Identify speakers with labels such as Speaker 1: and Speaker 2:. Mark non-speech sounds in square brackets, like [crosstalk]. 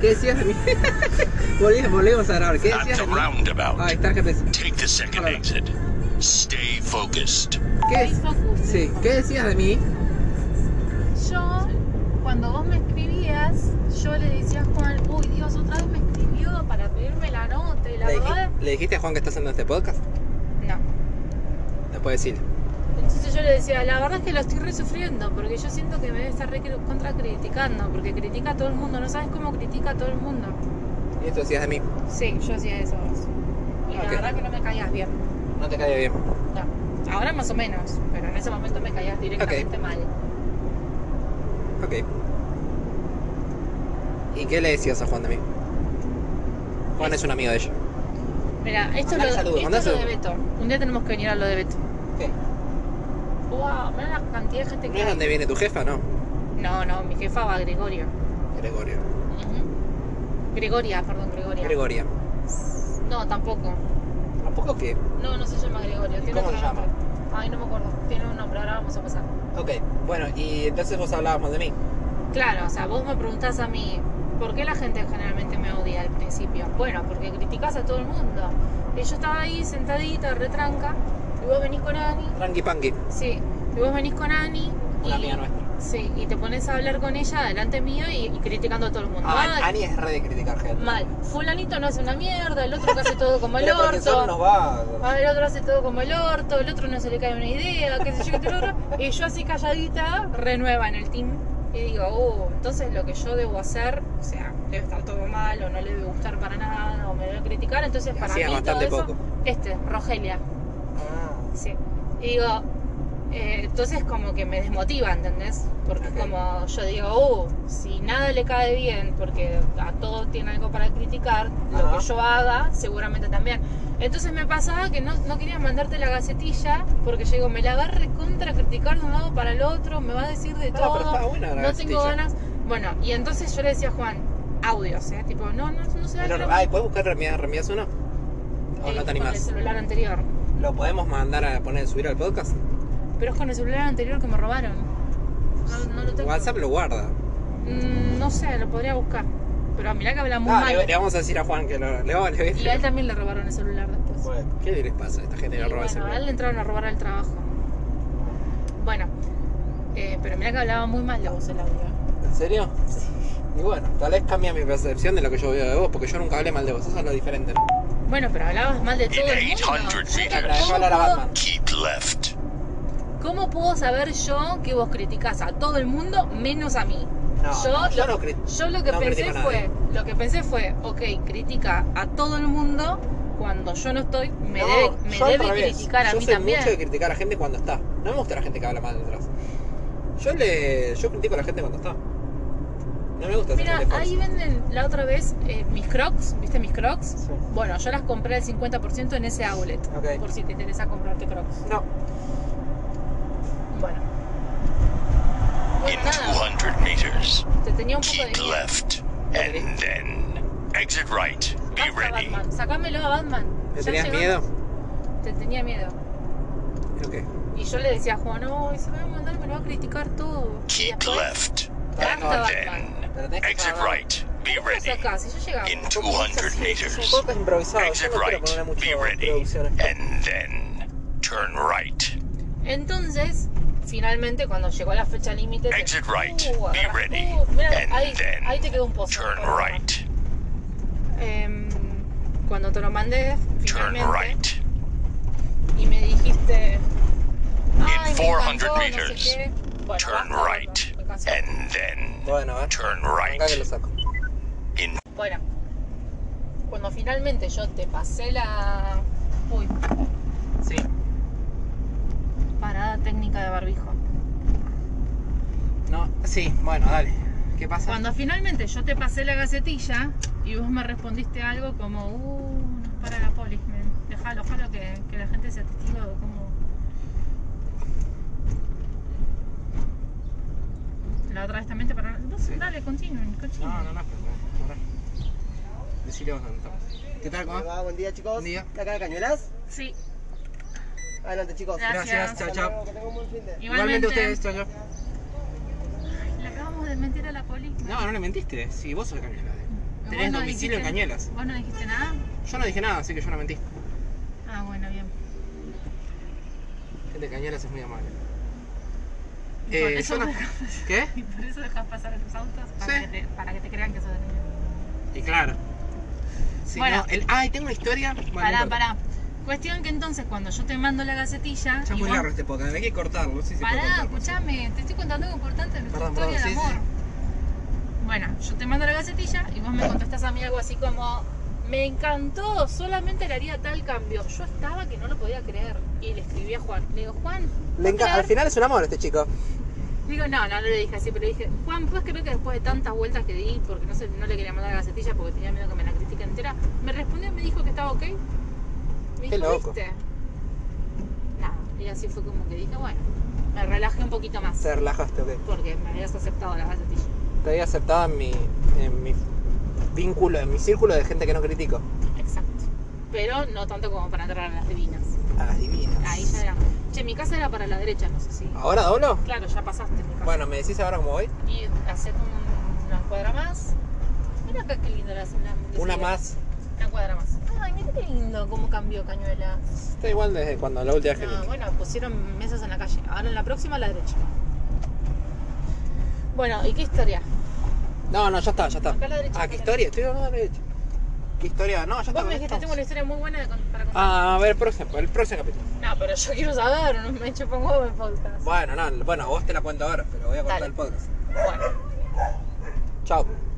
Speaker 1: ¿Qué decías de mí? [laughs] Volví, volvemos a grabar. ¿Qué
Speaker 2: At
Speaker 1: decías de
Speaker 2: the
Speaker 1: mí? Ah, ahí
Speaker 2: roundabout,
Speaker 1: está el GPS.
Speaker 2: take the second
Speaker 1: Hola.
Speaker 2: exit. Stay focused.
Speaker 1: ¿Qué,
Speaker 3: Ahí focus,
Speaker 1: sí,
Speaker 3: ahí
Speaker 1: ¿qué decías de mí?
Speaker 3: Yo, cuando vos me escribías, yo le decía a Juan, uy Dios, otra vez me escribió para pedirme la nota y la
Speaker 1: ¿Le,
Speaker 3: verdad.
Speaker 1: dij- le dijiste a Juan que estás haciendo este podcast?
Speaker 3: No.
Speaker 1: Después decir.
Speaker 3: Entonces yo le decía, la verdad es que lo estoy resufriendo, porque yo siento que me debe estar re contra criticando, porque critica a todo el mundo, no sabes cómo critica a todo el mundo.
Speaker 1: Y esto decías de mí.
Speaker 3: Sí, yo hacía eso. vos. Y
Speaker 1: Ok.
Speaker 3: la verdad que no me caías bien.
Speaker 1: No te cae bien.
Speaker 3: No. Ahora más o menos, pero en ese momento me caías directamente mal.
Speaker 1: Ok. ¿Y qué le decías a Juan de mí? Juan es un amigo de ella.
Speaker 3: Mira, esto,
Speaker 1: Mandale
Speaker 3: es lo,
Speaker 1: saludos,
Speaker 3: esto es
Speaker 1: mandale
Speaker 3: lo de Beto. Un día tenemos que venir a lo de Beto.
Speaker 1: ¿Qué?
Speaker 3: Wow, mira la cantidad de gente
Speaker 1: ¿No
Speaker 3: que
Speaker 1: es
Speaker 3: hay.
Speaker 1: donde viene tu jefa? No.
Speaker 3: No, no, mi jefa va a Gregorio.
Speaker 1: Gregorio.
Speaker 3: Ujú. Gregoria, perdón, Gregoria.
Speaker 1: Gregoria.
Speaker 3: no, tampoco.
Speaker 1: ¿A poco qué?
Speaker 3: No, no se llama Gregorio. Tiene
Speaker 1: cómo
Speaker 3: otro
Speaker 1: se llama?
Speaker 3: nombre. Ay, no me acuerdo. Tiene un nombre, ahora vamos a pasar.
Speaker 1: Ok. Bueno, y entonces vos hablabas más de mí.
Speaker 3: Claro, o sea, vos me preguntás a mí, ¿por qué la gente generalmente me odia al principio? Bueno, porque criticas a todo el mundo. Y yo estaba ahí sentadita, retranca, y vos venís con Ani.
Speaker 1: Ranky Panky.
Speaker 3: Sí, y vos venís con Ani.
Speaker 1: Una
Speaker 3: y-
Speaker 1: amiga nuestra.
Speaker 3: Sí, y te pones a hablar con ella delante mío y, y criticando a todo el mundo.
Speaker 1: Ah,
Speaker 3: Ay,
Speaker 1: Ani es re de criticar gente.
Speaker 3: mal. Fulanito no hace una mierda, el otro que hace todo como el
Speaker 1: Pero porque solo
Speaker 3: orto.
Speaker 1: nos va.
Speaker 3: Ah, el otro hace todo como el orto, el otro no se le cae una idea, qué sé yo, qué te lo otro. Y yo así calladita, renueva en el team. Y digo, oh, entonces lo que yo debo hacer, o sea, debe estar todo mal, o no le debe gustar para nada, o me debe criticar. Entonces, para
Speaker 1: Hacías
Speaker 3: mí,
Speaker 1: bastante
Speaker 3: todo eso,
Speaker 1: poco.
Speaker 3: este, Rogelia,
Speaker 1: Ah.
Speaker 3: sí. Y digo, eh, entonces como que me desmotiva, ¿entendés? Porque es
Speaker 1: Ok.
Speaker 3: como yo digo, oh, si nada le cae bien, porque a todos tiene algo para criticar, lo
Speaker 1: Ajá.
Speaker 3: que yo haga seguramente también. Entonces me pasaba que no, no quería mandarte la gacetilla, porque yo digo, me la va a recontra criticar de un lado para el otro, me va a decir de
Speaker 1: No,
Speaker 3: todo
Speaker 1: pero está buena la
Speaker 3: no tengo
Speaker 1: gacetilla.
Speaker 3: ganas. Bueno, y entonces yo le decía a Juan, audios, ¿eh? Tipo, no, no, no se va a
Speaker 1: Pero-
Speaker 3: grabar.
Speaker 1: ay, ¿puedes buscar remías, remías uno? ¿O
Speaker 3: Eh,
Speaker 1: no te
Speaker 3: Con el
Speaker 1: animás?
Speaker 3: celular anterior.
Speaker 1: ¿Lo podemos mandar a poner, subir al podcast?
Speaker 3: Pero es con el celular anterior que me robaron. No, no lo tengo.
Speaker 1: WhatsApp lo guarda.
Speaker 3: Mm, no sé, lo podría buscar. Pero mirá que habla muy
Speaker 1: Ah, le,
Speaker 3: mal.
Speaker 1: le vamos a decir a Juan que lo, le, vamos- le voy a
Speaker 3: Y a él también le robaron el celular después.
Speaker 1: [laughs] Bueno, ¿Qué les pasa a esta gente
Speaker 3: Y
Speaker 1: que roba el
Speaker 3: bueno, a él
Speaker 1: celular?
Speaker 3: le entraron a robar al trabajo. Bueno, eh, pero mirá que hablaba muy mal la voz el audio.
Speaker 1: ¿En serio? Y bueno, tal vez cambia mi percepción de lo que yo veo de vos, porque yo nunca hablé mal de vos, eso es lo diferente.
Speaker 3: Bueno, pero hablabas mal de todo el mundo.
Speaker 2: 800
Speaker 3: Yo
Speaker 1: Pero
Speaker 3: te-
Speaker 2: meters.
Speaker 1: dejó hablar a Batman.
Speaker 2: Keep left.
Speaker 3: ¿Cómo puedo saber yo que vos criticás a todo el mundo menos a mí?
Speaker 1: No,
Speaker 3: yo,
Speaker 1: no, yo
Speaker 3: lo,
Speaker 1: no cri-
Speaker 3: yo lo que
Speaker 1: no
Speaker 3: pensé
Speaker 1: critico a
Speaker 3: fue,
Speaker 1: nadie.
Speaker 3: lo que pensé fue, ok, critica a todo el mundo cuando yo no estoy, me
Speaker 1: No,
Speaker 3: debe, me
Speaker 1: yo al
Speaker 3: debe
Speaker 1: revés.
Speaker 3: criticar a
Speaker 1: Yo
Speaker 3: mí
Speaker 1: soy
Speaker 3: también.
Speaker 1: mucho de criticar a gente cuando está. No me gusta la gente que habla mal detrás. Yo le. yo critico a la gente cuando está. No me gusta esa
Speaker 3: Mira,
Speaker 1: gente falsa.
Speaker 3: ahí venden la otra vez eh, mis crocs, ¿viste mis crocs?
Speaker 1: Sí.
Speaker 3: Bueno, yo las compré al 50% en ese outlet,
Speaker 1: Ok.
Speaker 3: por si te interesa comprarte crocs.
Speaker 1: No,
Speaker 3: Bueno.
Speaker 2: In
Speaker 3: Bueno, nada,
Speaker 2: 200 meters,
Speaker 3: te tenía un poco de
Speaker 2: keep
Speaker 3: miedo.
Speaker 2: left. And then exit right. Be
Speaker 3: Basta,
Speaker 2: ready.
Speaker 3: Batman. Sacámelo a Batman.
Speaker 1: ¿me
Speaker 3: Ya
Speaker 1: tenías
Speaker 3: llegó.
Speaker 1: miedo?
Speaker 3: Te tenía miedo.
Speaker 1: Ok.
Speaker 3: Y yo le decía a Juan, no, se me va a mandar, me lo va a criticar todo. Y
Speaker 2: Keep
Speaker 3: después,
Speaker 2: left. And
Speaker 3: Basta,
Speaker 1: Pero tenés
Speaker 2: then
Speaker 1: que
Speaker 2: exit
Speaker 1: parar.
Speaker 2: right. Be
Speaker 3: ¿Cómo
Speaker 2: ready.
Speaker 3: acá? Si yo llegaba.
Speaker 2: In
Speaker 3: ¿Cómo
Speaker 2: 200
Speaker 3: se hace?
Speaker 1: Es
Speaker 2: meters,
Speaker 1: un podcast improvisado, yo
Speaker 2: exit
Speaker 1: no quiero ponerle
Speaker 2: right. Be
Speaker 1: mucho
Speaker 2: ready.
Speaker 1: producciones.
Speaker 2: And then turn right.
Speaker 3: Entonces, finalmente, cuando llegó la fecha límite... te-
Speaker 2: Exit right.
Speaker 3: Uh,
Speaker 2: Be
Speaker 3: agarras-
Speaker 2: ready.
Speaker 3: uh, mirá, ahí,
Speaker 2: And
Speaker 3: ahí te quedó un
Speaker 2: then
Speaker 3: pozo.
Speaker 2: turn right.
Speaker 3: Em, cuando te lo mandé,
Speaker 2: Turn
Speaker 3: finalmente,
Speaker 2: right.
Speaker 3: y me dijiste... Ay, me
Speaker 2: 400
Speaker 3: encantó, no
Speaker 2: meters,
Speaker 3: sé qué. Bueno,
Speaker 2: Turn
Speaker 3: basta,
Speaker 2: right.
Speaker 3: Batman, me cansé.
Speaker 2: And then
Speaker 1: Bueno, eh.
Speaker 2: turn
Speaker 1: Acá que lo
Speaker 2: right.
Speaker 1: saco.
Speaker 2: In
Speaker 3: Bueno, cuando finalmente yo te pasé la... Uy,
Speaker 1: Sí.
Speaker 3: parada técnica de barbijo.
Speaker 1: No, sí, bueno, dale. ¿Qué pasa?
Speaker 3: Cuando finalmente yo te pasé la gacetilla y vos me respondiste algo como, uh, nos para la polis, men. Dejalo, dejalo que, que la gente sea testigo de cómo. La otra vez también te pararon. Vos,
Speaker 1: Sí. Ah.
Speaker 3: dale, continúen, continúen.
Speaker 1: No, no, no, pero pará. Decile vos dónde estamos. ¿Qué tal, cómo
Speaker 4: Ahí
Speaker 1: va?
Speaker 4: va, Buen día, chicos.
Speaker 1: Buen día.
Speaker 4: ¿De acá de Cañuelas?
Speaker 3: Sí,
Speaker 4: Adelante, chicos.
Speaker 3: Gracias.
Speaker 1: chao, chao.
Speaker 4: Que tengan un buen fin de.
Speaker 3: igualmente.
Speaker 1: ustedes, chao, chao.
Speaker 3: Le acabamos de mentir a la polis. men.
Speaker 1: No, no le mentiste. Sí, vos sos de Cañuelas. eh. Tenés
Speaker 3: no
Speaker 1: domicilio en
Speaker 3: dijiste-
Speaker 1: Cañuelas.
Speaker 3: ¿Vos no dijiste nada?
Speaker 1: Yo no dije nada, así que yo no mentí.
Speaker 3: Ah, bueno, bien.
Speaker 1: Gente de Cañuelas es muy amable.
Speaker 3: Y
Speaker 1: Eh,
Speaker 3: por eso
Speaker 1: yo no-
Speaker 3: dejas pasar-
Speaker 1: [laughs]
Speaker 3: [laughs]
Speaker 1: ¿Qué?
Speaker 3: y por eso dejas pasar a los autos para,
Speaker 1: Sí.
Speaker 3: que, te, para que te crean que sos de Cañuelas.
Speaker 1: Y claro. Si
Speaker 3: Bueno.
Speaker 1: no, el- ay, tengo una historia. Bueno, no
Speaker 3: pará,
Speaker 1: importa.
Speaker 3: pará. Cuestión que entonces cuando yo te mando la
Speaker 1: Ya
Speaker 3: gacetilla. y
Speaker 1: es muy
Speaker 3: vos-
Speaker 1: largo este podcast, hay que cortarlo. No sé si se puede
Speaker 3: Pará,
Speaker 1: cortar, no sé.
Speaker 3: escúchame, te estoy contando algo importante de nuestra
Speaker 1: Perdón,
Speaker 3: historia
Speaker 1: perdón,
Speaker 3: de
Speaker 1: sí,
Speaker 3: amor. Bueno, yo te mando la gacetilla y vos me contestás a mí algo así como. Me encantó, solamente le haría tal cambio. Yo estaba que no lo podía creer. Y le escribí a Juan. Le digo, Juan,
Speaker 1: Le
Speaker 3: ¿puedo
Speaker 1: enca-
Speaker 3: creer?
Speaker 1: Al final es un amor este chico.
Speaker 3: Digo, no, no, no le dije así, pero dije, Juan, pues creo que después de tantas vueltas que di, porque no, sé, no le quería mandar la gacetilla porque tenía miedo que me la critique entera, me respondió y me dijo que estaba ok. Me
Speaker 1: Qué
Speaker 3: dijo,
Speaker 1: loco.
Speaker 3: ¿viste? Nada, y así fue como que dije, bueno, me relajé un poquito más,
Speaker 1: Se relajaste, ok.
Speaker 3: porque me habías aceptado la gacetilla.
Speaker 1: Te había aceptado en mi, en mi vínculo, en mi círculo de gente que no critico.
Speaker 3: Exacto. Pero no tanto como para entrar a las divinas.
Speaker 1: A las divinas.
Speaker 3: Ahí ya era. Che, mi casa era para la derecha, no sé si.
Speaker 1: ¿Ahora doblo?
Speaker 3: Claro, ya pasaste mi casa.
Speaker 1: Ah. Bueno, ¿me decís ahora cómo voy?
Speaker 3: Y hacés un- una cuadra más. Mira acá qué lindo la hacen las
Speaker 1: Una
Speaker 3: las-
Speaker 1: más.
Speaker 3: Una cuadra más. Ay, mira qué lindo cómo cambió Cañuela.
Speaker 1: Está igual desde cuando la última vez que
Speaker 3: No,
Speaker 1: vine.
Speaker 3: bueno, pusieron mesas en la calle. Ahora en la próxima a la derecha. Bueno, ¿y qué historia?
Speaker 1: No, no, ya está, ya está.
Speaker 3: Acá a la derecha,
Speaker 1: ah,
Speaker 3: acá
Speaker 1: ¿qué
Speaker 3: a la
Speaker 1: historia? Estoy hablando de la derecha. ¿Qué historia? No, ya está.
Speaker 3: Vos me dijiste,
Speaker 1: estamos.
Speaker 3: tengo una historia muy buena de con- para contar.
Speaker 1: Ah, a ver, próximo, el próximo capítulo.
Speaker 3: No, pero yo quiero saber, no me echo pongo huevo el podcast.
Speaker 1: Bueno, no, bueno, vos te la cuento ahora, pero voy a cortar
Speaker 3: Dale.
Speaker 1: el podcast.
Speaker 3: Bueno.
Speaker 1: Chao.